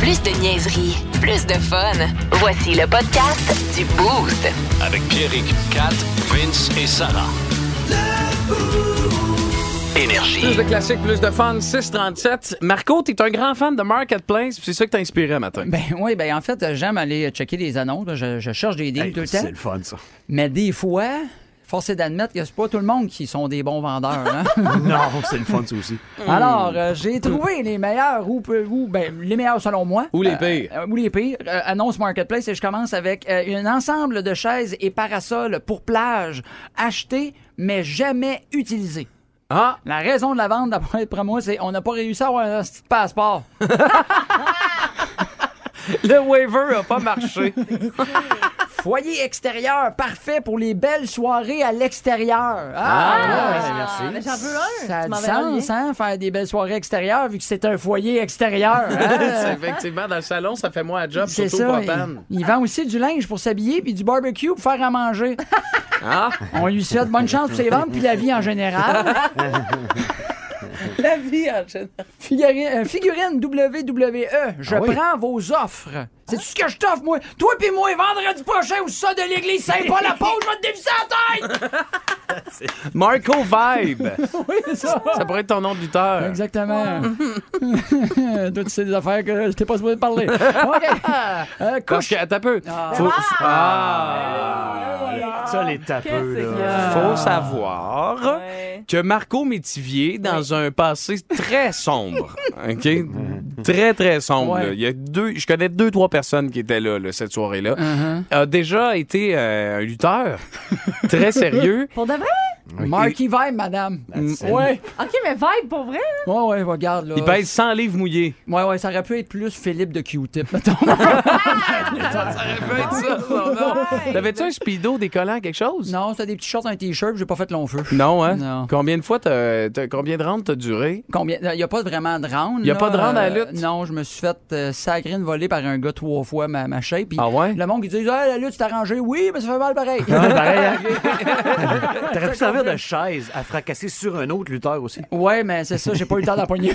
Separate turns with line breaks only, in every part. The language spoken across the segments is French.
Plus de niaiserie, plus de fun. Voici le podcast du Boost.
Avec Pierrick, Kat, Vince et Sarah.
Plus
Énergie.
de classiques, plus de fun, 637. Marco, t'es un grand fan de Marketplace, puis c'est ça qui t'a inspiré matin.
Ben oui, ben en fait, j'aime aller checker les annonces. là. Je, je cherche des deals tout le temps.
C'est le fun, ça.
Mais des fois, force est d'admettre que c'est pas tout le monde qui sont des bons vendeurs. hein.
Non, c'est le fun, ça aussi.
Alors, euh, j'ai trouvé les meilleurs ou, peu- ou, ben, les meilleurs selon moi.
Ou les
Euh,
pires.
euh, ou les pires. Euh, annonce Marketplace et je commence avec euh, un ensemble de chaises et parasols pour plage achetés mais jamais utilisés.
Ah,
La raison de la vente, d'après moi, c'est on n'a pas réussi à avoir un petit passeport.
le waiver a pas marché.
Foyer extérieur, parfait pour les belles soirées à l'extérieur.
Ah, mais J'en veux un.
Ça a
tu
du
m'enverras le
sens,
lien.
hein, faire des belles soirées extérieures, vu que c'est un foyer extérieur.
C'est
hein?
effectivement, dans le salon, ça fait moins à job,
C'est
surtout
ça.
pas
Il,
panne.
il vend aussi du linge pour s'habiller puis du barbecue pour faire à manger.
Ah,
On lui souhaite bonne chance pour ses ventes puis la vie en général.
La vie en général. Ah
Figurine, euh, figurine WWE, je prends vos offres. C'est tout ce que je t'offre, moi. Toi puis moi, vendredi prochain au sol de l'église Saint-Paul-la-Pau, je vais te dévisser la tête!
Marco Vibe.
Oui, c'est ça.
ça pourrait être ton nom de lutteur.
Exactement. Toi, tu sais des affaires que je t'ai pas supposé parler. OK. Euh,
Parce
couche.
que, attends un peu. Faut,
Ah.
Ah.
Ça, les tapeux,
Qu'est-ce que
là.
Faut savoir
Ouais.
que Marco Métivier, dans un passé très sombre, OK? Très, très sombre.
Ouais.
là. Il y a deux, je connais deux, trois personnes qui étaient là, là, cette soirée-là. A déjà été euh, un lutteur très sérieux.
Pour de vrai?
Marky Vibe, madame.
c'est-
Ouais.
OK, mais vibe pour vrai? hein?
Ouais, ouais, regarde, là.
Il pèse 100 livres mouillés.
Ouais, ouais, ça aurait pu être plus Philippe de Q-Tip, mettons.
Ouais.
T'avais-tu un speedo décollant, quelque chose?
non, c'était des petits shorts, un t-shirt, j'ai pas fait long feu.
Non, hein?
Non.
Combien de fois, t'as, t'as- combien de rounds t'as duré?
Combien? Il n'y a pas vraiment de round.
Y a
là.
pas de round à la
Euh,
lutte?
non, je me suis fait euh, sacrer une volée par un gars trois fois ma, ma shape. Puis
Ah ouais? Ah,
Le monde qui dit Ah, la lutte, c'est arrangé. Oui, mais ça fait mal pareil.
hein?
T'aurais pu servir de chaise à fracasser sur un autre lutteur aussi.
ouais, mais c'est ça, j'ai pas eu le temps d'empoigner.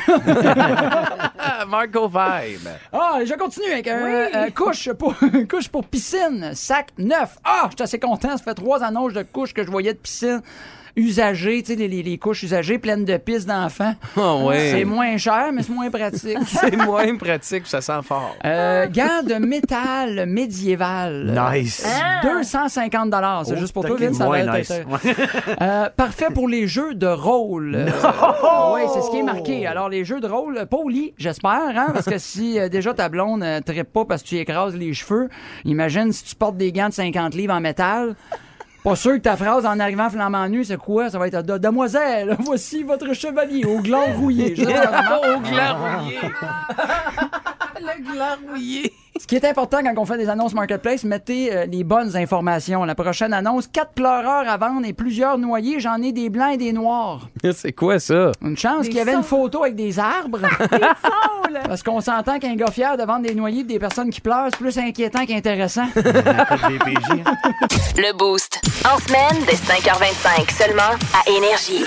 Ah, Marco Vibe.
Ah, je continue avec un euh, couche, pour, couche pour piscine, sac neuf. Ah, je suis assez content, ça fait trois annonces de couches que je voyais de piscine usagées, tu sais, les, les- les couches usagées pleines de pistes d'enfants.
Ah ouais.
C'est moins cher, mais c'est moins pratique.
C'est moins pratique, ça sent fort.
euh, gants de métal médiéval.
Nice. Oh,
250 dollars, c'est juste pour toi,
Taquet,
Vince, ça va
ouais,
être-
nice. Ouais.
Euh, parfait pour les jeux de rôle. oui, c'est ce qui est marqué. Alors, les jeux de rôle, pas au lit, j'espère, hein, parce que si euh, déjà ta blonde ne pas parce que tu écrases les cheveux, imagine si tu portes des gants de 50 livres en métal. Pas sûr que ta phrase en arrivant flambant nu, c'est quoi? Ça va être de- Demoiselle, voici votre chevalier au gland rouillé. Je sais pas vraiment.
Le gland mouillé.
Ce qui est important quand on fait des annonces marketplace, mettez euh, les bonnes informations. La prochaine annonce, quatre pleureurs à vendre et plusieurs noyés. J'en ai des blancs et des noirs.
C'est quoi ça?
Une chance
Des
qu'il y avait une
sons.
photo avec des arbres.
Saoul.
Parce qu'on s'entend qu'un gars fier de vendre des noyers et des personnes qui pleurent, c'est plus inquiétant qu'intéressant.
Des PJ.
Le Boost. En semaine dès 5h25 seulement à Énergie.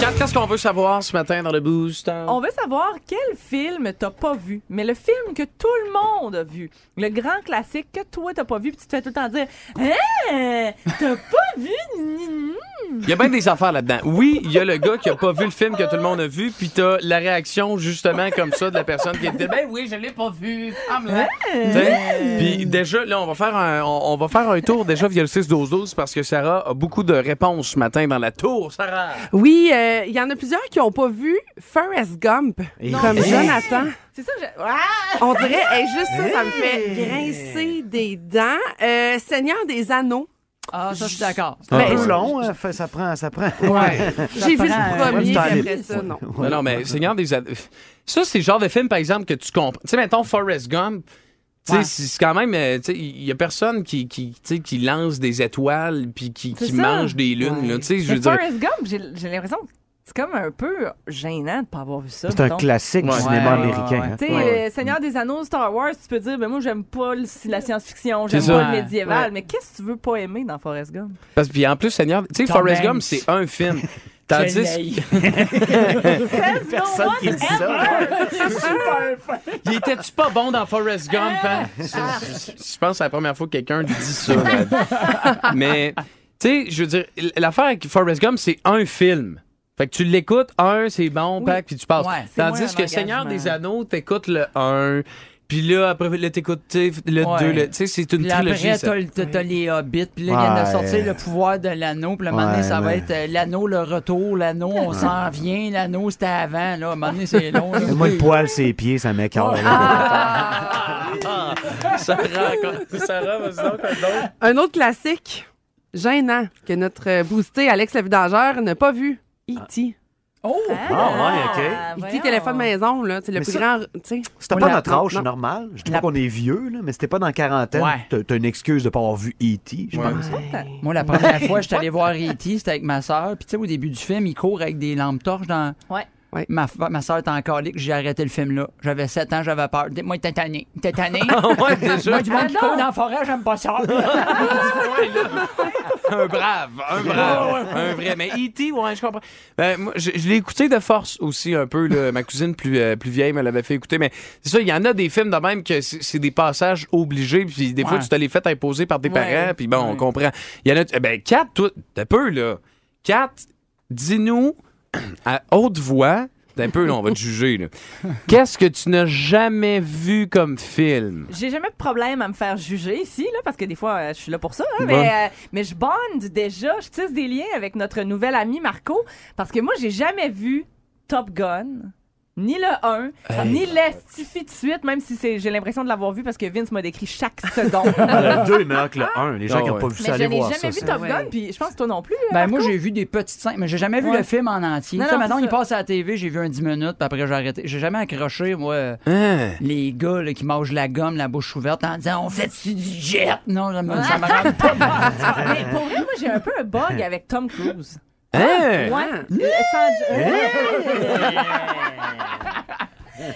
Kat, Qu'est-ce qu'on veut savoir ce matin dans le boost? hein?
On veut savoir quel film t'as pas vu, mais le film que tout le monde a vu, le grand classique que toi t'as pas vu, puis tu te fais tout le temps dire Hein? T'as pas vu? Ni- ni- ni.
Il y a bien des affaires là-dedans. Oui, il y a le gars qui a pas vu le film que tout le monde a vu, puis t'as la réaction justement comme ça de la personne qui était ben oui, je l'ai pas vu. Femme-là. T'sais? Puis déjà là, on va faire un on, on va faire un tour déjà via le 6 12 12 parce que Sarah a beaucoup de réponses ce matin dans la tour, Sarah.
Oui, euh, il y en a plusieurs qui n'ont pas vu Forrest Gump, comme Jonathan.
C'est ça, je. Ah!
On dirait, hey, juste ça, ça me fait grincer des dents. Euh, Seigneur des Anneaux.
Ah, ça, je suis d'accord.
Un
Ben,
peu long, hein, fait- ça prend, ça prend.
Ouais.
J'ai vu
prend,
le
euh,
premier, puis
ouais,
après ça, non.
Non, non, mais Seigneur des ad- Ça, c'est le genre de film, par exemple, que tu comprends. Tu sais, mettons Forrest Gump. Tu sais,
Ouais.
c'est c'est quand même. euh, tu sais, Il y a personne qui, qui, tu sais, qui lance des étoiles puis qui,
C'est
qui
ça.
mange des lunes. là. Tu sais, je veux
Mais
dire.
Forrest Gump, j'ai j'ai l'impression que c'est comme un peu gênant de pas avoir vu ça.
C'est un
mettons.
classique
Ouais.
du cinéma
Ouais,
américain.
ouais,
hein.
Tu sais, euh, Seigneur des Anneaux, Star Wars, tu peux dire, ben moi, j'aime pas le- la science-fiction,
C'est
j'aime
ça.
pas
Ouais.
le médiéval, mais qu'est-ce que tu veux pas aimer dans Forrest Gump?
Parce puis en plus, Seigneur, tu sais,
Tom
Forrest
Hanks.
Gump, c'est un film. Tandis
Personne qui dit ça.
qu'il était-tu pas bon dans Forrest Gump? hein? Ça, Je je pense que c'est la première fois que quelqu'un lui dit ça. là. Mais, tu sais, je veux dire, l'affaire avec Forrest Gump, c'est un film. Fait que tu l'écoutes, un, c'est bon, pack, puis tu passes.
Ouais, c'est
moins
Tandis
un
que Seigneur
engagement.
des Anneaux, t'écoutes le 1, puis là, après, là, t'écoutes tu sais, le
Ouais.
2, le- tu sais, c'est une
Puis là, après,
trilogie. ça.
t'as le- t'as t'as les hobbits, puis là, ils viennent de
Ouais.
sortir le pouvoir de l'anneau, puis là, à un moment donné,
Ouais,
ça va
mais-
être euh, l'anneau, le retour, l'anneau, on s'en vient, l'anneau, c'était avant, là, à un moment donné, c'est long. là.
hein. Moi, le poil, ses pieds, ça m'écarte. Ah,
Sarah, encore- Sarah, vas-y donc, un autre.
Un autre classique gênant que notre euh, boosté Alex Lavidangeur n'a pas vu. E E.T.
Ah, ouais, ok.
E.T. téléphone maison, là. C'est le
Mais
plus
ça-
grand. Tu sais.
C'était
On
pas
l'a-
notre âge, c'est
non.
normal. Je dis pas qu'on est vieux, là, mais c'était pas dans la quarantaine.
Ouais.
T'as- T'as une excuse de pas avoir vu E.T., je
Ouais.
pense.
Moi, la première fois, j'étais allé voir E.T., c'était avec ma sœur. Puis, tu sais, au début du film, il court avec des lampes torches dans.
Ouais.
Ouais.
Ma, f- ma soeur était en colique, j'ai arrêté le film là. J'avais 7 ans, j'avais peur. Dites, Moi, il était tanné. Il était tanné.
Ouais, déjà.
Moi, du monde qui
Ah non!
court dans la forêt, j'aime pas ça.
un brave, un brave, un vrai. Mais E.T., ouais, je comprends. Ben, moi, je, je l'ai écouté de force aussi un peu. là. Ma cousine plus, euh, plus vieille me l'avait fait écouter. Mais c'est ça, il y en a des films de même que c'est c'est des passages obligés. Puis des fois,
Ouais.
tu te les fait imposer par tes parents. Puis bon, on comprend. Il y en a. eh Ben, quatre, toi, t'as peu, là. Quatre, dis-nous à haute voix. t'as Un peu, là, on va te juger. là. Qu'est-ce que tu n'as jamais vu comme film?
J'ai jamais de problème à me faire juger ici, là, parce que des fois, euh, je suis là pour ça. hein,
Bon.
mais, euh, mais je bande déjà, je tisse des liens avec notre nouvel ami Marco, parce que moi, j'ai jamais vu Top Gun. Ni le 1, ni l'estifi de suite, même si c'est- j'ai l'impression de l'avoir vu parce que Vince m'a décrit chaque seconde.
Le 2 est meilleur que le 1. Les gens
Ah
qui n'ont
ouais.
pas vu ça,
mais je
allez
n'ai
voir
jamais
ça.
vu
c'est-
Top Gun, puis je pense que toi non plus. hein.
Ben, moi, j'ai vu des petites scènes, mais j'ai jamais vu
Ouais.
le film en entier.
Non,
Tu sais,
non,
mettons,
c'est
il
ça.
passe à la TV, j'ai vu un 10 minutes, puis après, j'ai arrêté. J'ai jamais accroché, moi, euh,
Hein?
les gars là, qui mangent la gomme, la bouche ouverte, en disant on fait-tu du jet? Non, ça me ça me rend pas.
Ah, Mais pour vrai, moi, j'ai un peu un bug avec Tom Cruise.
Hein?
Ouais. Euh, sans- euh,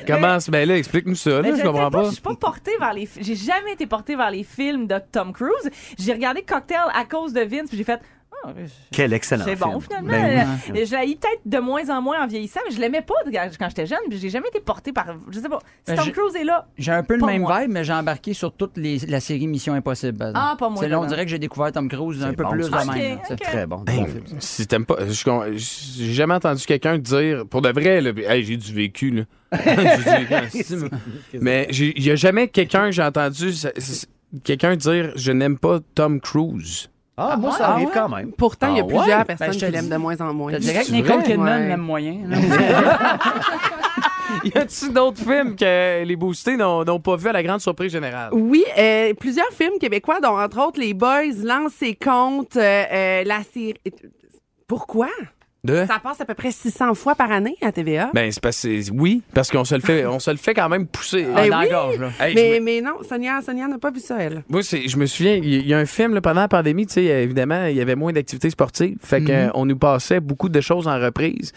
Comment? Ben là, explique-nous ça. Là,
Mais
je comprends
sais
pas.
Je suis pas portée vers les. fi- J'ai jamais été portée vers les films de Tom Cruise. J'ai regardé Cocktail à cause de Vince, puis j'ai fait. Ah,
Quel excellent
c'est
film.
bon, finalement.
Ben oui.
Euh, Je l'ai peut-être de moins en moins en vieillissant, mais je l'aimais pas de- quand j'étais jeune, puis j'ai jamais été portée par. Je sais pas. Si
Ben,
Tom
j'ai-
Cruise est là.
J'ai un peu le
Pas
même
moi.
vibe, mais j'ai embarqué sur toute les- la série Mission Impossible. par exemple.
Ah, pas moi,
C'est là, on
dedans.
dirait que j'ai découvert Tom Cruise un
C'est
peu
bon,
plus
ça.
de
Ok,
même. là, tu sais.
ok.
Très bon. bon film.
Si t'aimes pas, je con- j'ai jamais entendu quelqu'un dire, pour de vrai, là, Hey, j'ai du vécu, là. J'ai du vécu, en estime. mais j'ai- il y a jamais quelqu'un que j'ai entendu, ça- c'est- quelqu'un dire, je n'aime pas Tom Cruise.
Ah, moi, ça arrive quand même.
Pourtant, il y a
Ah ouais?
plusieurs
Ben,
personnes
je te
qui l'aiment
dis-
de moins en moins.
Je te dirais que
C'est
Nicole
vrai?
Kidman,
Ouais.
même moyen. là.
Y a-t-il d'autres films que les boostés n'ont n'ont pas vu à la grande surprise générale?
Oui, euh, plusieurs films québécois, dont entre autres Les Boys, Lance et Compte, euh, euh, la série. Pourquoi?
De?
Ça passe à peu près 600 fois par année à TVA.
Ben, c'est parce que, oui, parce qu'on se le fait, on se le fait quand même pousser.
Ah,
Ben
dans la
oui.
gorge, là.
Hey, je me-
mais, mais non, Sonia, Sonia n'a pas vu ça, elle.
Moi, c'est- je me souviens, il y- il y, a un film là, pendant la pandémie, tu sais, euh, évidemment, il y avait moins d'activités sportives. Fait que, euh, on nous passait beaucoup de choses en reprise.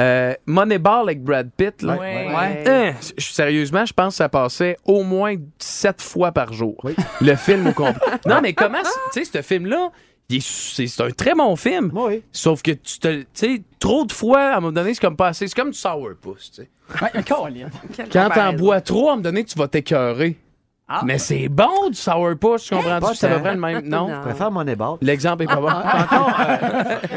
Euh, Moneyball avec Brad Pitt, là.
Ouais.
Ouais.
Hein, je- sérieusement, je pense que ça passait au moins sept fois par jour. Le film au complet. non, mais comment, c'est- tu sais, ce film-là, il est- c'est c'est un très bon film.
Oui.
Sauf que tu te. Tu sais, trop de fois, à un moment donné, c'est comme passé. C'est comme du sourpuss, tu sais.
Ouais, Colin.
Quand t'en
comparaison.
bois trop, à un moment donné, tu vas t'écœurer.
Ah.
Mais c'est bon du sourpuss, tu
Pas
comprends-tu? C'est à peu
tant.
près le même. Non.
Je préfère Moneyball.
L'exemple est pas bon.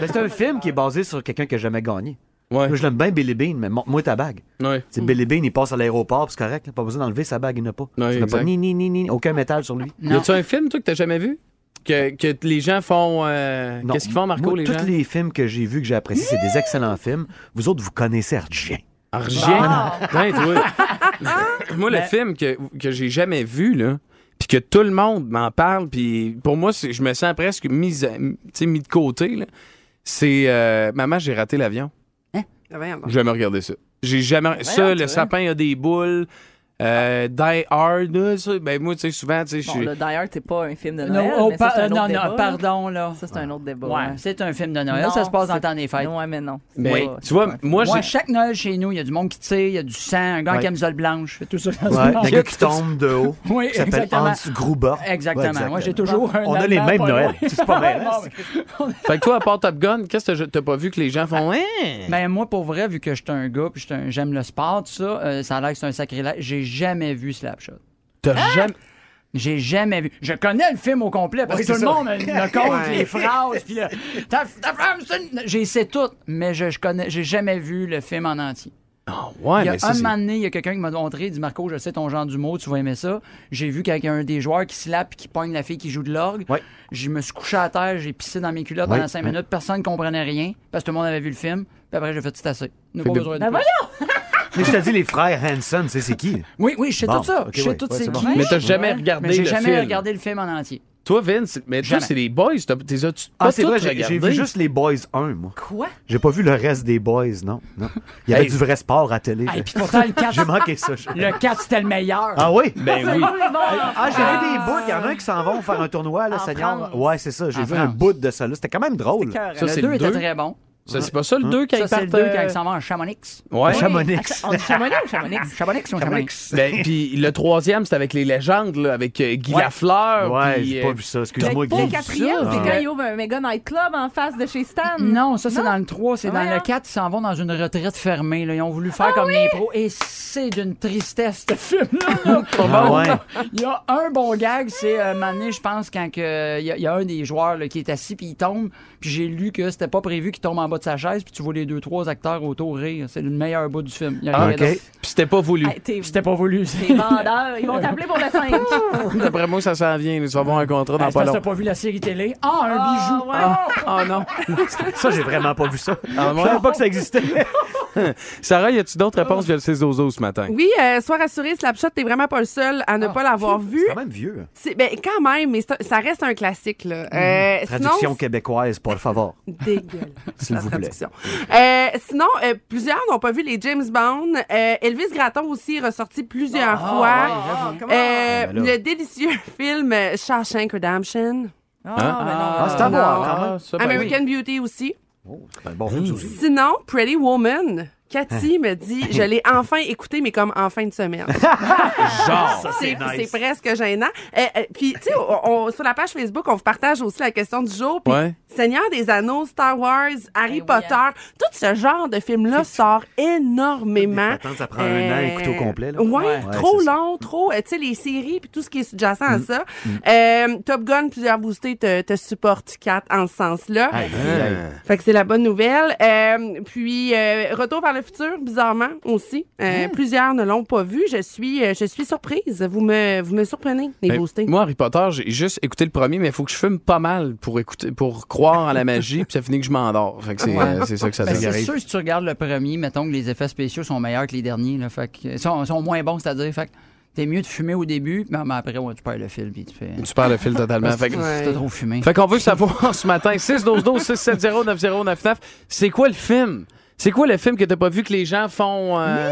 Mais c'est un film qui est basé sur quelqu'un qui a jamais gagné.
Ouais.
Moi, je l'aime bien Billy Bean, mais montre-moi ta bague.
Ouais.
C'est Billy Bean, il passe à l'aéroport, puis c'est correct, là, pas besoin d'enlever sa bague, il n'a pas.
Ouais,
il n'a
exact.
pas ni, ni, ni, ni, aucun métal sur lui.
Y a-tu un film, toi, que t'as jamais vu? Que, que t- les gens font. euh,
Non.
Qu'est-ce qu'ils font, Marco,
Moi,
les
tous
gens?
les films que j'ai vus, que j'ai appréciés, c'est des excellents films. Vous autres, vous connaissez Archien.
Argent. Putain, Ah, Ben, toi. moi, le film que, que j'ai jamais vu, là, puis que tout le monde m'en parle, puis pour moi, c'est- je me sens presque mis, à- tu sais, mis de côté, là. C'est euh, Maman, j'ai raté l'avion.
Ah, voyons donc.
J'ai jamais regardé ça. J'ai jamais. ça, le sapin a des boules. Euh, Die Hard, là, ça, ben moi, tu sais, souvent, tu sais, je
Bon,
suis-
le Die Hard, c'est pas un film de
Non,
Noël,
oh,
mais ça,
par-
c'est un
non,
autre
non,
débat.
pardon, là.
Ça, c'est un autre débat.
Ouais, c'est un film de Noël.
Non,
ça se passe dans
c'est-
le temps des fêtes.
Ouais, mais non.
Mais
C'est pas-
tu vois, moi,
Moi,
j'ai-
chaque Noël chez nous, il y a du monde qui tire, il y a du sang, un gars en
Ouais.
camisole blanche, tout ça. dans
Ouais,
ce monde.
le gars qui tombe de haut.
Oui,
qui s'appelle
exactement.
Hans Gruber.
Exactement.
Ouais,
Moi, j'ai toujours un
On a les
Allemand
mêmes
pas
Noël.
loin. Ah,
C'est pas vrai.
Ouais,
hein?
bon,
Fait que toi, à part Top Gun, qu'est-ce que je- t'as pas vu que les gens font? Hein?
Ben moi, pour vrai, vu que j'étais un gars, puis j'étais un- j'aime le sport, tout ça, euh, ça a l'air que c'est un sacrilège. J'ai jamais vu Slapshot.
T'as
Ah!
jamais.
J'ai jamais vu. Je connais le film au complet parce
Oui,
que tout
c'est
le
ça.
monde me compte les phrases. Puis le- ta, ta femme, c'est une- J'ai sais tout, mais je, je connais. J'ai jamais vu le film en entier.
Ah ouais,
il y a
mais ça,
un
c'est-
moment donné, il y a quelqu'un qui m'a montré, il dit Marco, je sais ton genre d'humour, tu vas aimer ça. J'ai vu qu'avec un des joueurs qui slappe et qui pogne la fille qui joue de l'orgue,
Ouais.
je me suis couché à terre, j'ai pissé dans mes culottes
Ouais,
pendant cinq
ouais.
minutes, personne ne comprenait rien parce que tout le monde avait vu le film. Puis après, j'ai fait tout assez. Nous
Fait
pas
que de-
besoin de
Ben
plus.
Mais je te dis, les frères Hanson, tu sais, c'est qui?
Oui, oui, je sais
Bon,
tout ça.
ok,
je sais
ouais,
tout
ouais,
c'est
c'est bon.
qui.
Mais t'as jamais
Ouais.
regardé
Mais j'ai
le
jamais
film.
regardé le film en entier.
Toi, Vince, mais toi,
Jamais.
c'est les boys. T'as, t'es, as-tu
Ah,
pas
c'est
toutes
vrai, j'ai- j'ai
regardées?
vu juste les Boys 1, moi.
Quoi?
J'ai pas vu le reste des Boys, non. non. Il y avait
Hey.
du vrai sport à télé.
Ah, et puis pourtant, le 4,
J'ai manqué ça. je-
le 4 c'était le meilleur.
Ah oui?
Ben oui.
Ah, j'ai vu des bouts. Il y en a un qui s'en vont faire un tournoi, le
En France.
Seigneur. Ouais, c'est ça. J'ai
En
vu un
France.
bout de ça. là. C'était quand même drôle.
Cœur,
Ah, Ça,
hein.
c'est
le
le
2 était
deux.
très bon.
Ça, c'est pas ça le 2 quand
Hein? Ça,
ils
c'est le
partent.
2 quand
euh,
ils s'en vont à Chamonix.
Ouais.
Oui. Chamonix.
Ah, On dit Chamonix ou Chamonix?
Ah.
Chamonix ou Chamonix?
Ben, puis le troisième, c'était avec les légendes, là, avec euh, Guy
Ouais.
Lafleur.
Ouais,
puis,
j'ai
euh,
pas vu ça. Excuse-moi,
Puis Le
Guy.
quatrième,
Ah.
c'est quand il ouvre un méga nightclub en face de chez Stan.
Non, ça, c'est dans le 3. C'est dans
Voyons.
le 4. Ils s'en vont dans une retraite fermée. là. Ils ont voulu
Ah
faire comme les pros. Et c'est d'une tristesse, ce film-là. là.
Ah ouais.
Il y a un bon gag. C'est euh, un moment donné, je pense, quand que, euh, il y, a- il y a un des joueurs là, qui est assis puis il tombe. Puis j'ai lu que c'était pas prévu qu'il tombe en bas de sa chaise. Puis tu vois les deux, trois acteurs autour rire. C'est le meilleur bout du film. Il y a
Ah,
rien
OK.
d'autre.
Puis c'était pas voulu.
Hey, t'es
C'était pas voulu. ça.
t'es vendeur. Ils vont t'appeler pour le 5.
D'après moi, ça s'en vient. Ils vont avoir un contrat dans
Parce que
pas
t'as
long.
pas vu la série télé. Ah, un bijou.
Ah,
Oh non.
Ça, j'ai vraiment pas vu ça.
Ah,
Je
moi,
savais pas que ça existait.
Sarah, y a-tu d'autres réponses via le 6 zozo ce matin?
Oui, euh, sois rassuré, Slapshot, t'es vraiment pas le seul à ne
Ah,
pas l'avoir vu.
C'est quand même vieux.
C'est- Ben, quand même, mais c'est un- ça reste un classique, là.
Mhm.
Euh, sinon,
Traduction québécoise, por favor.
c'est dégueulasse,
S'il
la
vous plaît.
traduction. Euh, sinon, euh, plusieurs n'ont pas vu les James Bond. Euh, Elvis Gratton aussi est ressorti plusieurs fois.
Ah, comment?
Euh,
Ah, ben là.
le délicieux film euh, Shawshank Redemption.
Ah, ben non.
Ah, c'est à
non. Ah,
voir, quand même.
ça, ben oui.
American Beauty aussi.
Oh, c'est un bon
Mmh.
film, ça aussi.
Sinon, Pretty Woman.
Hein.
Cathy me dit, je l'ai enfin écouté, mais comme en fin de semaine.
Ah,
Ça,
C'est
nice.
c'est presque gênant. Euh, euh, puis, tu sais, on- on- sur la page Facebook, on vous partage aussi la question du jour. Puis,
Ouais.
Seigneur des Anneaux, Star Wars, Harry
Ben oui,
Potter,
hein.
tout ce genre de films-là sort énormément.
Des patentes, ça prend un an à écouter au complet, là.
Oui,
Ouais.
trop
Ouais, c'est ça. Mm.
long, trop. euh, tu sais, les séries puis tout ce qui est sous-jacent à ça. Euh, Top Gun, plusieurs boostés te, te supportent quatre en ce sens-là.
Aïe,
Hein?
aïe.
Fait que c'est la bonne nouvelle. Euh, puis euh, retour vers le futur, bizarrement aussi. Euh,
Hein?
Plusieurs ne l'ont pas vu. Je suis, euh, je suis surprise. Vous me, vous me surprenez, les
Ben,
boostés.
moi, Harry Potter, j'ai juste écouté le premier, mais il faut que je fume pas mal pour écouter, pour croire à la magie, puis ça finit que je m'endors. Fait que c'est, euh, c'est ça que ça
Ben,
donne.
c'est sûr, si tu regardes le premier, mettons que les effets spéciaux sont meilleurs que les derniers. Là, fait que, sont, sont moins bons, c'est-à-dire. Fait que t'es mieux de fumer au début, mais mais après, ouais, tu perds le fil puis tu fais.
Tu perds le fil totalement. Fait, que-
Ouais.
T'as trop fumé.
fait qu'on veut savoir ce matin, 6 12 12 6 7 0 9 0 9 9, c'est quoi le film? C'est quoi le film que t'as pas vu que les gens font... euh,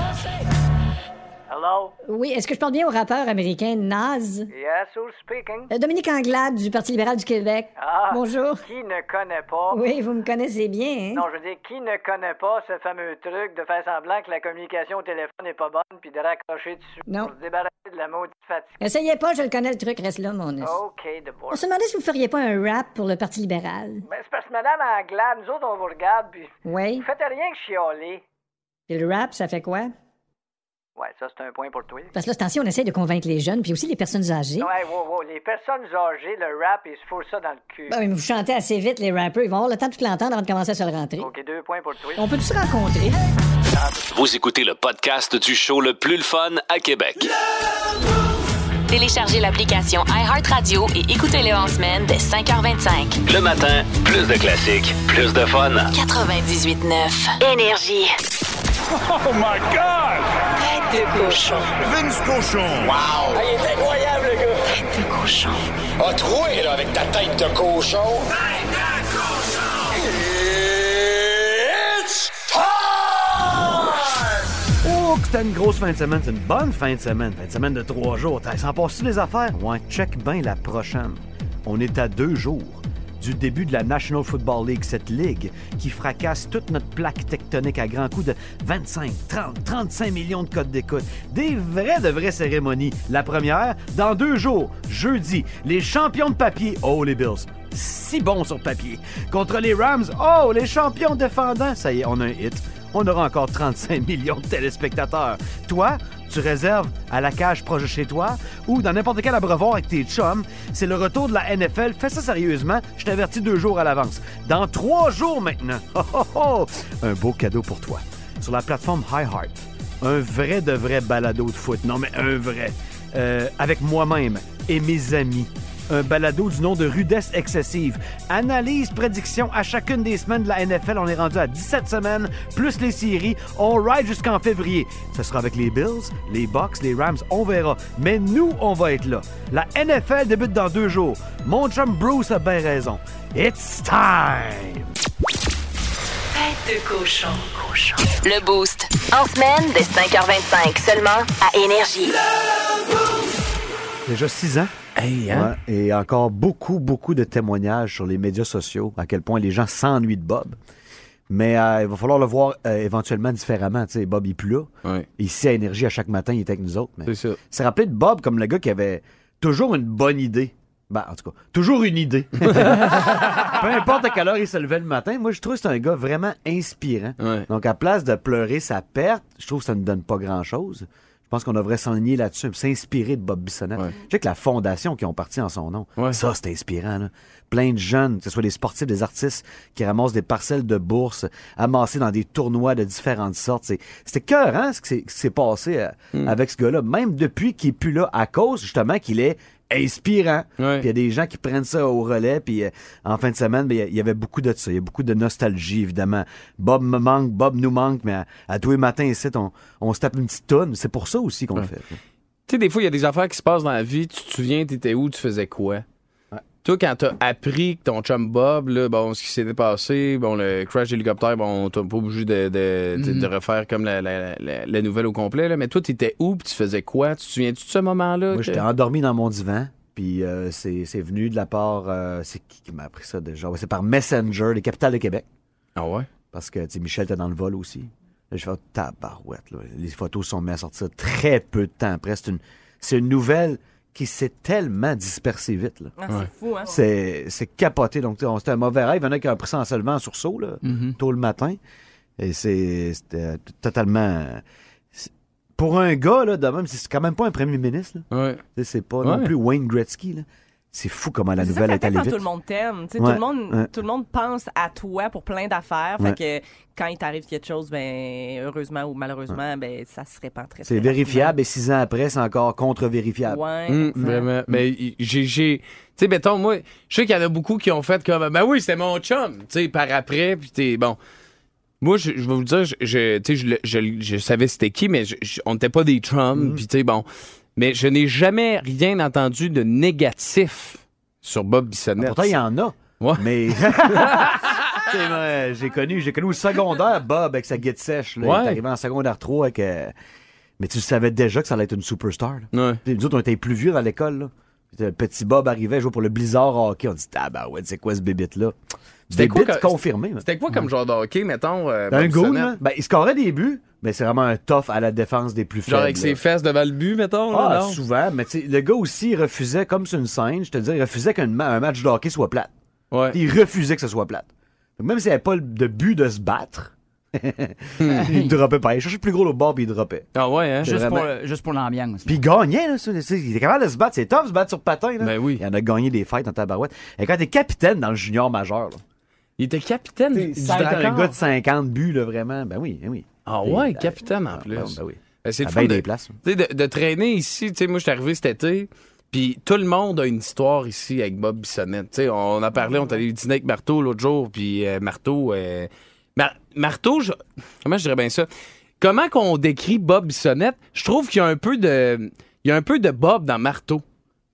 Oui, est-ce que je parle bien au rappeur américain Naz?
Yes, who's speaking?
Euh, Dominique Anglade du Parti libéral du Québec.
Ah.
Bonjour.
Qui ne connaît pas?
Oui, vous me connaissez bien, hein?
Non, je veux dire, qui ne connaît pas ce fameux truc de faire semblant que la communication au téléphone n'est pas bonne puis de raccrocher dessus
Non.
pour se débarrasser de la maudite fatigue?
Essayez pas, je le connais le truc, reste là, mon os.
OK, de bon.
On se demandait si vous feriez pas un rap pour le Parti libéral.
Ben, c'est parce que Madame Anglade, nous autres, on vous regarde puis
Oui.
vous faites rien que chialer.
Et le rap, ça fait quoi?
Ouais, ça, c'est un point pour toi.
Parce que là, ce temps-ci, on essaie de convaincre les jeunes, puis aussi les personnes âgées.
Non, hey, wow, wow, les personnes âgées, le rap, ils se foutent ça dans le cul.
Ben oui, mais vous chantez assez vite, les rappeurs. Ils vont avoir le temps de tout l'entendre avant de commencer à se le rentrer.
OK, deux points pour toi.
On peut tous se rencontrer?
Vous écoutez le podcast du show le plus le fun à Québec.
Téléchargez l'application iHeartRadio et écoutez-le en semaine de 5h25.
Le matin, plus de classiques, plus de fun.
Ah,
98.9. Énergie.
Oh my God!
Tête de cochon.
Vince Cochon. Wow!
il est incroyable, le gars!
Tête de cochon.
A troué, là, avec ta tête de cochon! It's time!
Oh, que c'était une grosse fin de semaine. C'est une bonne fin de semaine. Fin de semaine de trois jours. T'as- S'en passe-tu les affaires? Ouais, check bien la prochaine. On est à deux jours du début de la National Football League, cette ligue qui fracasse toute notre plaque tectonique à grands coups de 25, 30, 35 millions de codes d'écoute. Des vraies de vraies cérémonies. La première, dans deux jours, jeudi, les champions de papier, oh les Bills, si bons sur papier, contre les Rams, oh les champions défendants, ça y est, on a un hit on aura encore 35 millions de téléspectateurs. Toi, tu réserves à la cage proche de chez toi ou dans n'importe quel abreuvoir avec tes chums. C'est le retour de la NFL. Fais ça sérieusement. Je t'avertis deux jours à l'avance. Dans trois jours maintenant. Oh, oh, oh. Un beau cadeau pour toi. Sur la plateforme HiHeart, un vrai de vrai balado de foot. Non, mais un vrai. Euh, avec moi-même et mes amis un balado du nom de Rudesse excessive. Analyse, prédiction à chacune des semaines de la NFL. On est rendu à 17 semaines, plus les séries. On ride jusqu'en février. Ce sera avec les Bills, les Bucks, les Rams, on verra. Mais nous, on va être là. La NFL débute dans deux jours. Mon chum Bruce a bien raison. It's time!
Tête de cochon. cochon. Le Boost. En semaine, dès 5h25, seulement à Énergie.
Déjà six ans.
hein?
Ouais, et encore beaucoup, beaucoup de témoignages sur les médias sociaux, à quel point les gens s'ennuient de Bob. Mais euh, il va falloir le voir euh, éventuellement différemment. Tu sais, Bob, il est plus là. Ici, à Énergie, à chaque matin, il est avec nous autres. Mais
C'est ça.
se rappeler de Bob comme le gars qui avait toujours une bonne idée. Ben, en tout cas, toujours une idée. Peu importe à quelle heure il se levait le matin, moi, je trouve que c'est un gars vraiment inspirant. Donc, à place de pleurer sa perte, je trouve que ça ne donne pas grand-chose. Je pense qu'on devrait s'enligner là-dessus, puis s'inspirer de Bob Bissonnette. Tu sais que la fondation qui ont parti en son nom, ça, c'est inspirant. là. Plein de jeunes, que ce soit des sportifs, des artistes, qui ramassent des parcelles de bourse, amassées dans des tournois de différentes sortes. C'est- C'était cœur, hein, ce qui s'est- ce qui s'est passé euh, avec ce gars-là, même depuis qu'il est plus là, à cause, justement, qu'il est inspirant. Puis il y a des gens qui prennent ça au relais. Puis euh, en fin de semaine, ben, il y a- il y avait beaucoup de ça. Il y a beaucoup de nostalgie, évidemment. Bob me manque, Bob nous manque, mais à, à tous les matins ici, on, on se tape une petite tonne. C'est pour ça aussi qu'on le fait.
Tu sais, des fois, il y a des affaires qui se passent dans la vie. Tu te souviens, t'étais où, tu faisais quoi? Toi, quand t'as appris que ton chum Bob, là, bon, ce qui s'était passé, bon, le crash d'hélicoptère, bon, t'as pas obligé de, de, de-
Mhm.
Mm-hmm.
de refaire comme la, la- la- la nouvelle au complet, là. Mais toi, t'étais où, puis tu faisais quoi? Tu te souviens-tu de ce moment-là?
Moi, j'étais
Que-
endormi dans mon divan. Puis euh, c'est c'est venu de la part. euh, c'est qui qui m'a appris ça déjà? Ouais, c'est par Messenger, les capitales de Québec.
Ah ouais?
Parce que, tu sais, Michel était dans le vol aussi. Là, je fais oh, tabarouette. là. Les photos sont mises à sortir très peu de temps après. C'est une, c'est une nouvelle qui s'est tellement dispersée vite. là.
Ah, c'est Ouais. fou, hein?
C'est c'est capoté. Donc, tu sais, on- c'était un mauvais rêve. Il y en a qui ont pris ça en se levant en sursaut, là,
Mm-hmm.
Mhm.
tôt le matin. Et c'est c'était euh, totalement. c'est- Pour un gars, là, de même, c'est quand même pas un premier ministre. là. Tu sais, C'est pas non
Ouais.
plus Wayne Gretzky. là. C'est fou comment la
C'est ça
nouvelle
que
est allée
t'appelles quand
vite.
tout le monde t'aime. Tu sais,
Ouais,
Tout, le monde,
ouais.
tout le monde pense à toi pour plein d'affaires.
Ouais.
Fait que quand il t'arrive quelque chose, ben, heureusement ou malheureusement, ben, ça se répand très
C'est vérifiable Hum, et six ans après, c'est encore contre-vérifiable.
Ouais,
Mm,
Mmh.
vraiment. Mais il- j'ai. j'ai- Tu sais, mettons, moi, je sais qu'il y en a beaucoup qui ont fait comme. Ben oui, c'était mon chum, tu sais, par après, puis t'es. Bon. Moi, je, je vais vous dire, je, je- tu sais, je, le- je- je savais c'était qui, mais je- je- on n'était pas des
Mmh.
Trump, puis tu sais, bon. Mais je n'ai jamais rien entendu de négatif sur Bob Bissonnette.
Ah, Pourtant, il y en a. Mais. Tu sais, moi, j'ai connu, j'ai connu au secondaire Bob avec sa guide sèche. Là, Il
Ouais.
est arrivé en secondaire 3 avec. euh, Mais tu savais déjà que ça allait être une superstar. là. Puis Nous autres, on était les plus vieux à l'école. là. Puis Le petit Bob arrivait, jouait pour le Blizzard hockey. On dit, ah ben ouais, c'est quoi ce bébite-là?
C'était quoi
Bébite
que-
confirmé.
C'était quoi comme genre de hockey, mettons? euh,
Un
Bob
goal,
Bissonnette?
là. Ben, il scorait des buts, mais c'est vraiment un tough à la défense des plus
Genre
faibles.
avec
là.
ses fesses devant le but, mettons? là,
Ah,
non?
souvent, mais tu sais, le gars aussi il refusait, comme sur une scène, je te dis, il refusait qu'un ma- un match de hockey soit plate. Il refusait que ce soit plate. Donc, même s'il n'y avait pas le- de but de se battre,
Hmm.
il droppait pas. Il cherchait plus gros le bord puis il droppait.
Ah ouais, hein?
C'est
Juste, pour
vraiment-
le- juste pour l'ambiance.
Puis il gagnait, là. ça, tu sais, Il était capable de se battre. C'est tough de se battre sur patin,
Ben
là. Il en a gagné des fêtes en tabarouette. Et quand t'es capitaine dans le junior majeur, là.
Il était capitaine
du
du
un
Drakkar.
gars de 50 buts, là, vraiment. Ben oui, ben oui.
Ah
Et,
ouais,
euh,
capitaine en plus.
ben oui.
Ben,
Ça
c'est le fun
baille
de,
des places. hein.
tu sais, de, de traîner ici. Tu sais, moi, je suis arrivé cet été, puis tout le monde a une histoire ici avec Bob Bissonnette. Tu sais, on a parlé, on est allé dîner avec Marteau l'autre jour, puis euh, Marteau... euh, Mar- Marteau, je- comment je dirais bien ça? Comment qu'on décrit Bob Bissonnette? Je trouve qu'il y a un peu de. Il y a un peu de Bob dans Marteau.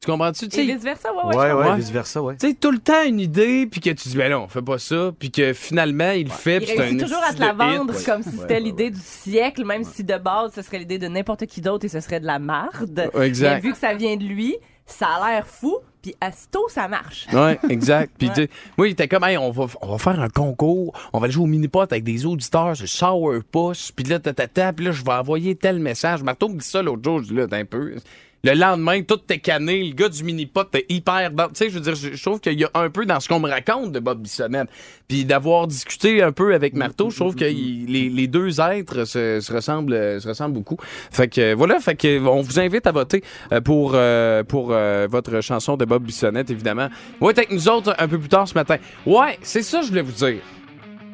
Tu comprends-tu? Tu sais,
Et vice-versa, ouais, ouais.
Ouais,
je
ouais,
comprends.
vice-versa, ouais.
Tu sais, tout le temps une idée, puis que tu dis, ben non, on fait pas ça, puis que finalement, il le fait. puis
Il
c'est
réussit
un
toujours à
esti
te
de
la
hit.
vendre
Ouais.
comme si c'était l'idée du siècle, même si de base, ce serait l'idée de n'importe qui d'autre et ce serait de la marde.
Ouais, exact.
Mais vu que ça vient de lui, ça a l'air fou, puis asto, ça marche.
Ouais, exact. Puis tu sais, moi, il était comme, hey, on va, on va faire un concours, on va le jouer au mini-pot avec des auditeurs, je sour push, puis là, tatata, puis là, je vais envoyer tel message. Marteau me dit ça l'autre jour, je dis là, t'as un peu. Le lendemain, tout est cané, le gars du mini-pot t'es hyper dans. Tu sais, je veux dire, je, je trouve qu'il y a un peu dans ce qu'on me raconte de Bob Bissonnette. Puis d'avoir discuté un peu
Mm,
avec Marteau, je trouve que il- les, les deux êtres se, se ressemblent, euh, se ressemblent beaucoup. Fait que euh, voilà, fait que euh, on vous invite à voter euh, pour euh, pour euh, votre chanson de Bob Bissonnette, évidemment. Ouais, t'es avec nous autres un peu plus tard ce matin. Ouais, c'est ça que je voulais vous dire.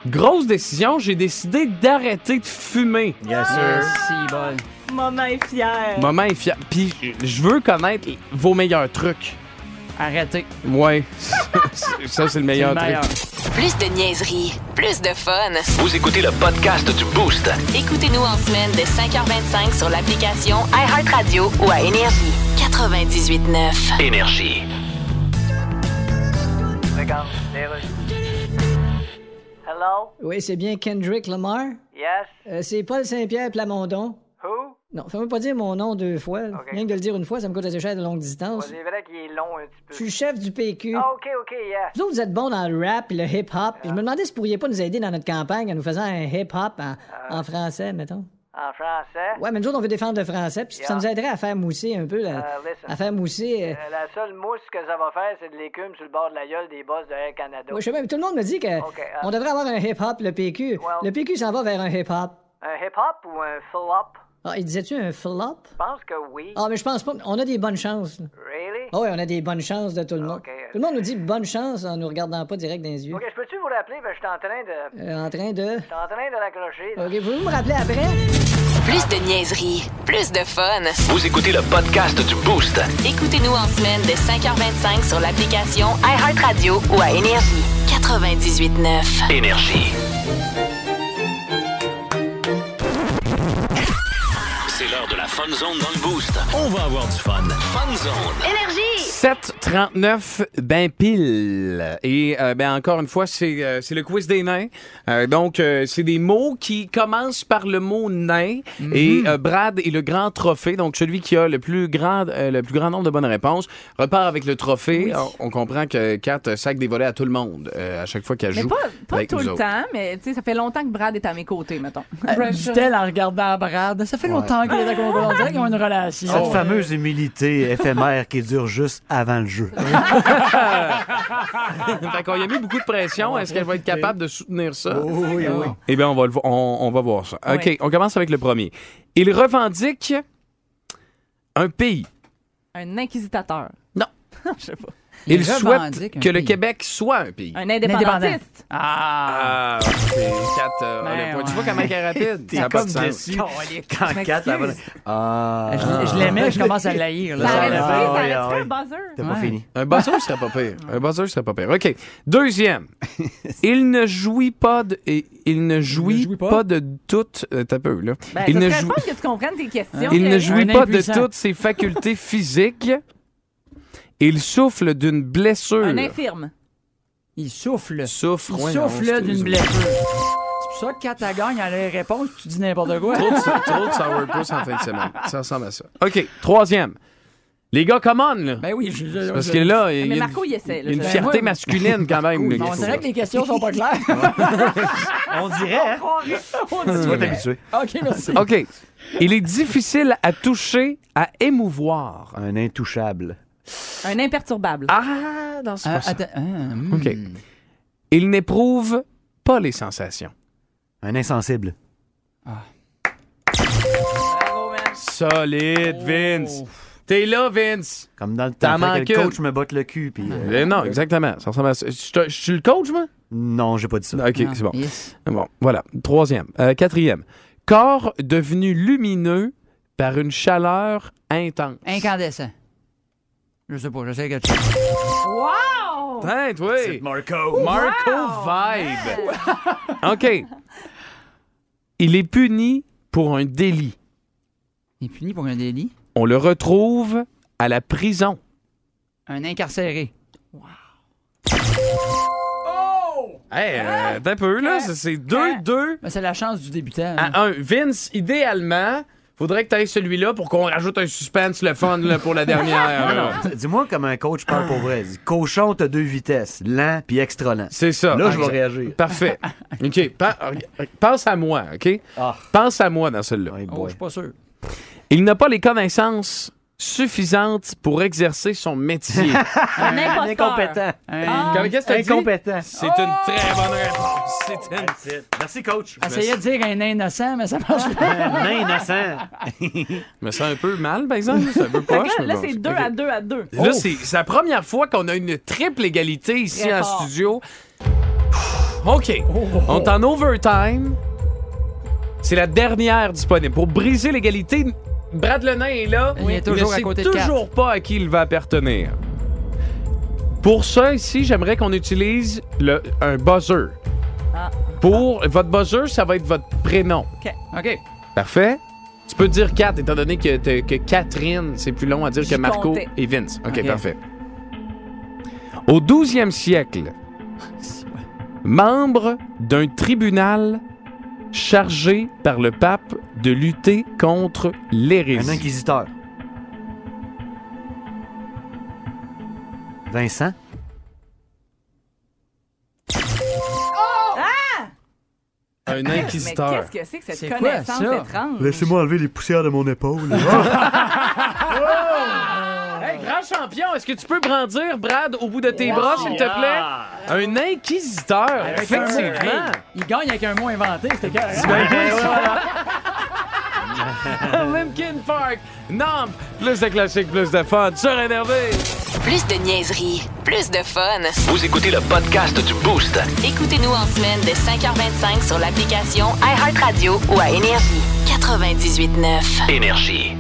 Grosse décision, j'ai décidé d'arrêter de fumer.
Bien sûr.
Si, bon.
Maman est fière.
Maman est fière. Puis je veux connaître vos meilleurs trucs.
Arrêtez.
Ouais, ça c'est le
C'est
meilleur
le
truc.
meilleur.
Plus de niaiserie, plus de fun.
Vous écoutez le podcast du Boost.
Écoutez-nous en semaine de 5h25 sur l'application iHeartRadio ou à Énergie. 98.9.
Énergie.
Regarde, les rues. Hello?
Oui, c'est bien Kendrick Lamar.
Yes?
Euh, c'est Paul Saint-Pierre Plamondon.
Who?
Non, fais-moi pas dire mon nom deux fois. là.
Ok.
Rien que de le dire une fois, ça me coûte assez cher de longue distance.
C'est vrai qu'il est long un petit peu.
Je suis le chef du PQ.
Ah, OK, OK, yes.
Vous autres, vous êtes bons dans le rap et le hip-hop. Puis Je me demandais si vous pourriez pas nous aider dans notre campagne en nous faisant un hip-hop
Ah.
en, en français, mettons.
En français.
Ouais, mais nous autres, on veut défendre le français. Puis ça
Yeah.
nous aiderait à faire mousser un peu, la-
Euh, listen.
à faire mousser... euh,
Euh, la seule mousse que ça va faire, c'est de l'écume sur le bord de la gueule des boss de Air Canada.
Ouais, je sais même, tout le monde me dit que
Ok, euh.
on devrait avoir un hip-hop, le PQ. Le PQ s'en va vers un hip-hop.
Un hip-hop ou un flop?
Ah, il disait-tu un flop?
Je pense que oui.
Ah, mais je pense pas. On a des bonnes chances. là.
Really?
Ah oui, on a des bonnes chances de tout le monde.
Ok, euh.
Tout le monde nous dit bonne chance en nous regardant pas direct dans les yeux.
OK, je peux-tu vous rappeler? Ben, je suis en train de...
Euh, en train de...
Je suis en train de l'accrocher. là.
OK, pouvez-vous me rappeler après?
Plus de niaiserie, plus de fun.
Vous écoutez le podcast du Boost.
Écoutez-nous en semaine de 5h25 sur l'application iHeartRadio ou à Énergie. 98.9.
Énergie. C'est l'heure de la Fun Zone dans le Boost. On va avoir du fun. Fun Zone.
739, ben pile. Et euh, ben encore une fois, c'est euh, c'est le quiz des nains. Euh, donc, euh, c'est des mots qui commencent par le mot nain.
Mhm.
Et euh, Brad est le grand trophée. Donc, celui qui a le plus grand, euh, le plus grand nombre de bonnes réponses repart avec le trophée. On, on comprend que Kat sac des volets à tout le monde euh, à chaque fois qu'elle
Mais
joue.
pas, pas
avec
tout
nous
le
autres.
temps, mais tu sais, ça fait longtemps que Brad est à mes côtés, mettons.
Dit-elle en regardant Brad. Ça fait longtemps qu'il est à Congo. On dirait qu'ils ont une relation.
Cette fameuse humilité éphémère qui dure juste avant le jeu.
fait qu'on y a mis beaucoup de pression. Est-ce qu'elle va être capable de soutenir ça?
Ah. Oh, oui, oui.
Eh bien, on va, le vo- on, on va voir ça. OK,
Ouais.
on commence avec le premier. Il revendique un pays.
Un inquisiteur.
Non.
Je sais pas.
Il,
Il
souhaite
revendique un
que le
pays.
Québec soit un pays.
Un
Indépendant.
indépendantiste.
Ah!
Ah, c'est quatre, euh,
Ben
le point. Tu
ouais.
vois comment elle est rapide? Ça a pas de sens.
déçu. Quand Kat, elle va- Ah.
Je, je l'aimais, je commence à l'haïr. là.
Ça aurait dû
Ah,
ça
ouais,
aurait dû
ouais.
un buzzer.
T'as pas
Ouais.
fini.
Un buzzer serait pas pire. Un buzzer serait pas pire. OK. Deuxième. Il ne jouit pas de... et- Il ne jouit,
jouit
pas.
pas?
de toute... euh, t'as peu, là.
Ben,
il
ça
ne
serait
jouit-
pas que tu comprennes tes questions.
Il ne
Thierry.
jouit
Un
pas de
impuissant.
toutes ses facultés physiques. Il souffre d'une blessure.
Un infirme.
Il souffle.
Souffre,
Il
ouais, non,
souffle d'une
excuse-moi.
blessure. C'est pour ça que quand t'as gagné à la réponse, tu dis n'importe quoi.
Trop de, trop de sourpuss en fin de semaine. Ça ressemble à ça. OK, troisième. Les gars, come on, là.
Ben oui, je, je-
Parce
je-
que là, il y
Ah, Mais
a
Marco,
une,
il essaie.
il y
là,
a une
je-
fierté
Ouais.
masculine quand même.
Non,
le-
c'est vrai que les questions sont pas claires.
On dirait. hein? Tu vas t'habituer.
OK, merci.
OK. Il est difficile à toucher, à émouvoir.
Un intouchable.
Un imperturbable.
Ah, dans ce
Ah,
sens.
attends, ah, hmm.
OK. Il n'éprouve pas les sensations.
Un insensible.
Bravo, man.
Solide, Vince. T'es là, Vince.
Comme dans le temps fait
T'en
que
manques
le
une.
coach me botte le cul. Puis, euh,
Eh non, exactement. Ça ressemble à ça. Je te- je suis le coach, moi?
Non, j'ai pas dit ça.
OK,
Ah,
c'est bon.
yes.
Bon, voilà. Troisième. Euh, quatrième. Corps devenu lumineux par une chaleur intense.
Incandescent. Je sais pas, j'essaie quelque chose.
Wow!
Intense, Oh. oui.
Marco.
Marco Vibe. OK. Il est puni pour un délit.
Il est puni pour un délit.
On le retrouve à la prison.
Un incarcéré.
Hey, euh, attends un peu, là. c'est- C'est 2-2
Ben, c'est la chance du débutant. là.
à 1. Vince, idéalement, faudrait que tu ailles celui-là pour qu'on rajoute un suspense, le fun, là, pour la dernière. là.
Dis-moi comme un coach parle pour vrai. Il dit, cochon, t'as deux vitesses, lent puis extra lent.
C'est ça.
Là, je vais
Exact.
réagir.
Parfait. OK. Pa- pense à moi, OK?
Ah.
Pense à moi dans celle-là.
Hey
Oh, je
boy.
suis pas sûr.
Il n'a pas les connaissances suffisantes pour exercer son métier. Ah,
Un imposteur.
Incompétent.
Un-
Comment- Qu'est-ce que t'as dit?
Incompétent.
C'est une très bonne réponse. C'est une...
Merci, coach.
Ah, ben,
Essayez de dire un innocent, mais ça marche pas.
Un innocent.
Je me sens un peu mal, par exemple. C'est un peu
Fait que
poche.
là,
mais
là,
bon,
c'est
c'est-
2
OK.
à 2 à 2.
Là, c'est c'est la première fois qu'on a une triple égalité ici
Très
en
fort.
studio. OK. On est en overtime. C'est la dernière disponible. Pour briser l'égalité, Brad Lenain est là.
Il est toujours
ne
à
sait
côté de
toujours pas à qui il va appartenir. Pour ça, ici, j'aimerais qu'on utilise le, un buzzer.
Ah.
Pour votre buzzer, ça va être votre prénom.
OK.
Parfait. Tu peux dire 4, étant donné que, t'as- que Catherine, c'est plus long à dire
J'y
que Marco
comptais.
et Vince. OK,
Ok.
parfait. Au 12e siècle, membre d'un tribunal chargé par le pape de lutter contre
Un
l'hérésie.
inquisiteur. Vincent?
Un
Mais qu'est-ce que c'est que
C'est
cette
quoi,
connaissance
ça?
étrange?
enlever les poussières de mon épaule.
Hey, grand champion, est-ce que tu peux brandir Brad au bout de tes bras, s'il te plaît? Un inquisiteur, effectivement.
Il gagne avec un mot inventé, c'était carré.
Linkin Park, non, plus de classiques, plus de fun, sur énervé.
Plus de niaiserie, plus de fun.
Vous écoutez le podcast du Boost.
Écoutez-nous en semaine de 5h25 sur l'application iHeartRadio ou à Énergie. 98.9.
Énergie.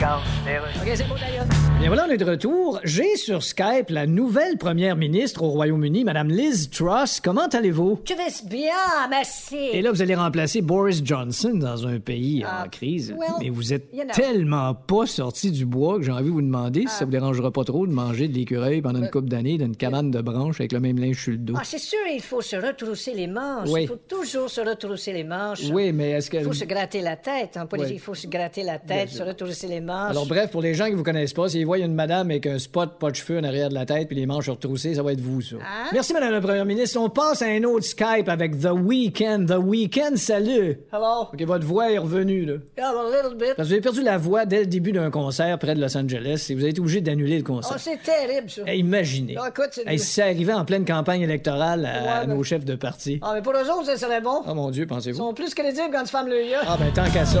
OK, c'est bon, d'ailleurs. Eh Bien voilà, on est de retour. J'ai sur Skype la nouvelle première ministre au Royaume-Uni, Madame Liz Truss. Comment allez-vous?
Je vais bien, merci.
Et là, vous allez remplacer Boris Johnson dans un pays en crise.
Ah, well,
Mais vous êtes
you know. Ah.
tellement pas sorti du bois que j'ai envie de vous demander si ça vous dérangera pas trop de manger de l'écureuil pendant une couple d'années d'une cabane de branches avec le même linge sur le dos.
Euh, Ah, c'est sûr, il faut se retrousser les manches.
Oui.
Il faut toujours se retrousser les manches.
oui, mais est-ce que...
Il faut se gratter la tête. En politique,
Oui.
il faut se gratter la tête, se retrousser les manches.
Alors bref, pour les gens qui vous connaissent pas, s'ils voient une madame avec un spot pas de cheveux en arrière de la tête puis les manches retroussées, ça va être vous, ça.
Hein?
Merci, madame la première ministre. On passe à un autre Skype avec The Weeknd. The Weeknd, salut!
Hello.
OK, votre voix est revenue, là.
Yeah, a little bit.
Parce que vous avez perdu la voix dès le début d'un concert près de Los Angeles et vous avez été obligé d'annuler le concert.
Oh, c'est terrible, ça.
Hey, imaginez.
Ah, écoute, c'est-
Hey, si ça arrivait en pleine campagne électorale à, à
Ouais, mais-
nos chefs de parti.
Ah, mais pour eux autres, ça serait bon.
Oh mon Dieu,
Ils
pensez-vous?
sont plus crédibles quand tu fermes le yeux.
Ah ben tant qu'à ça.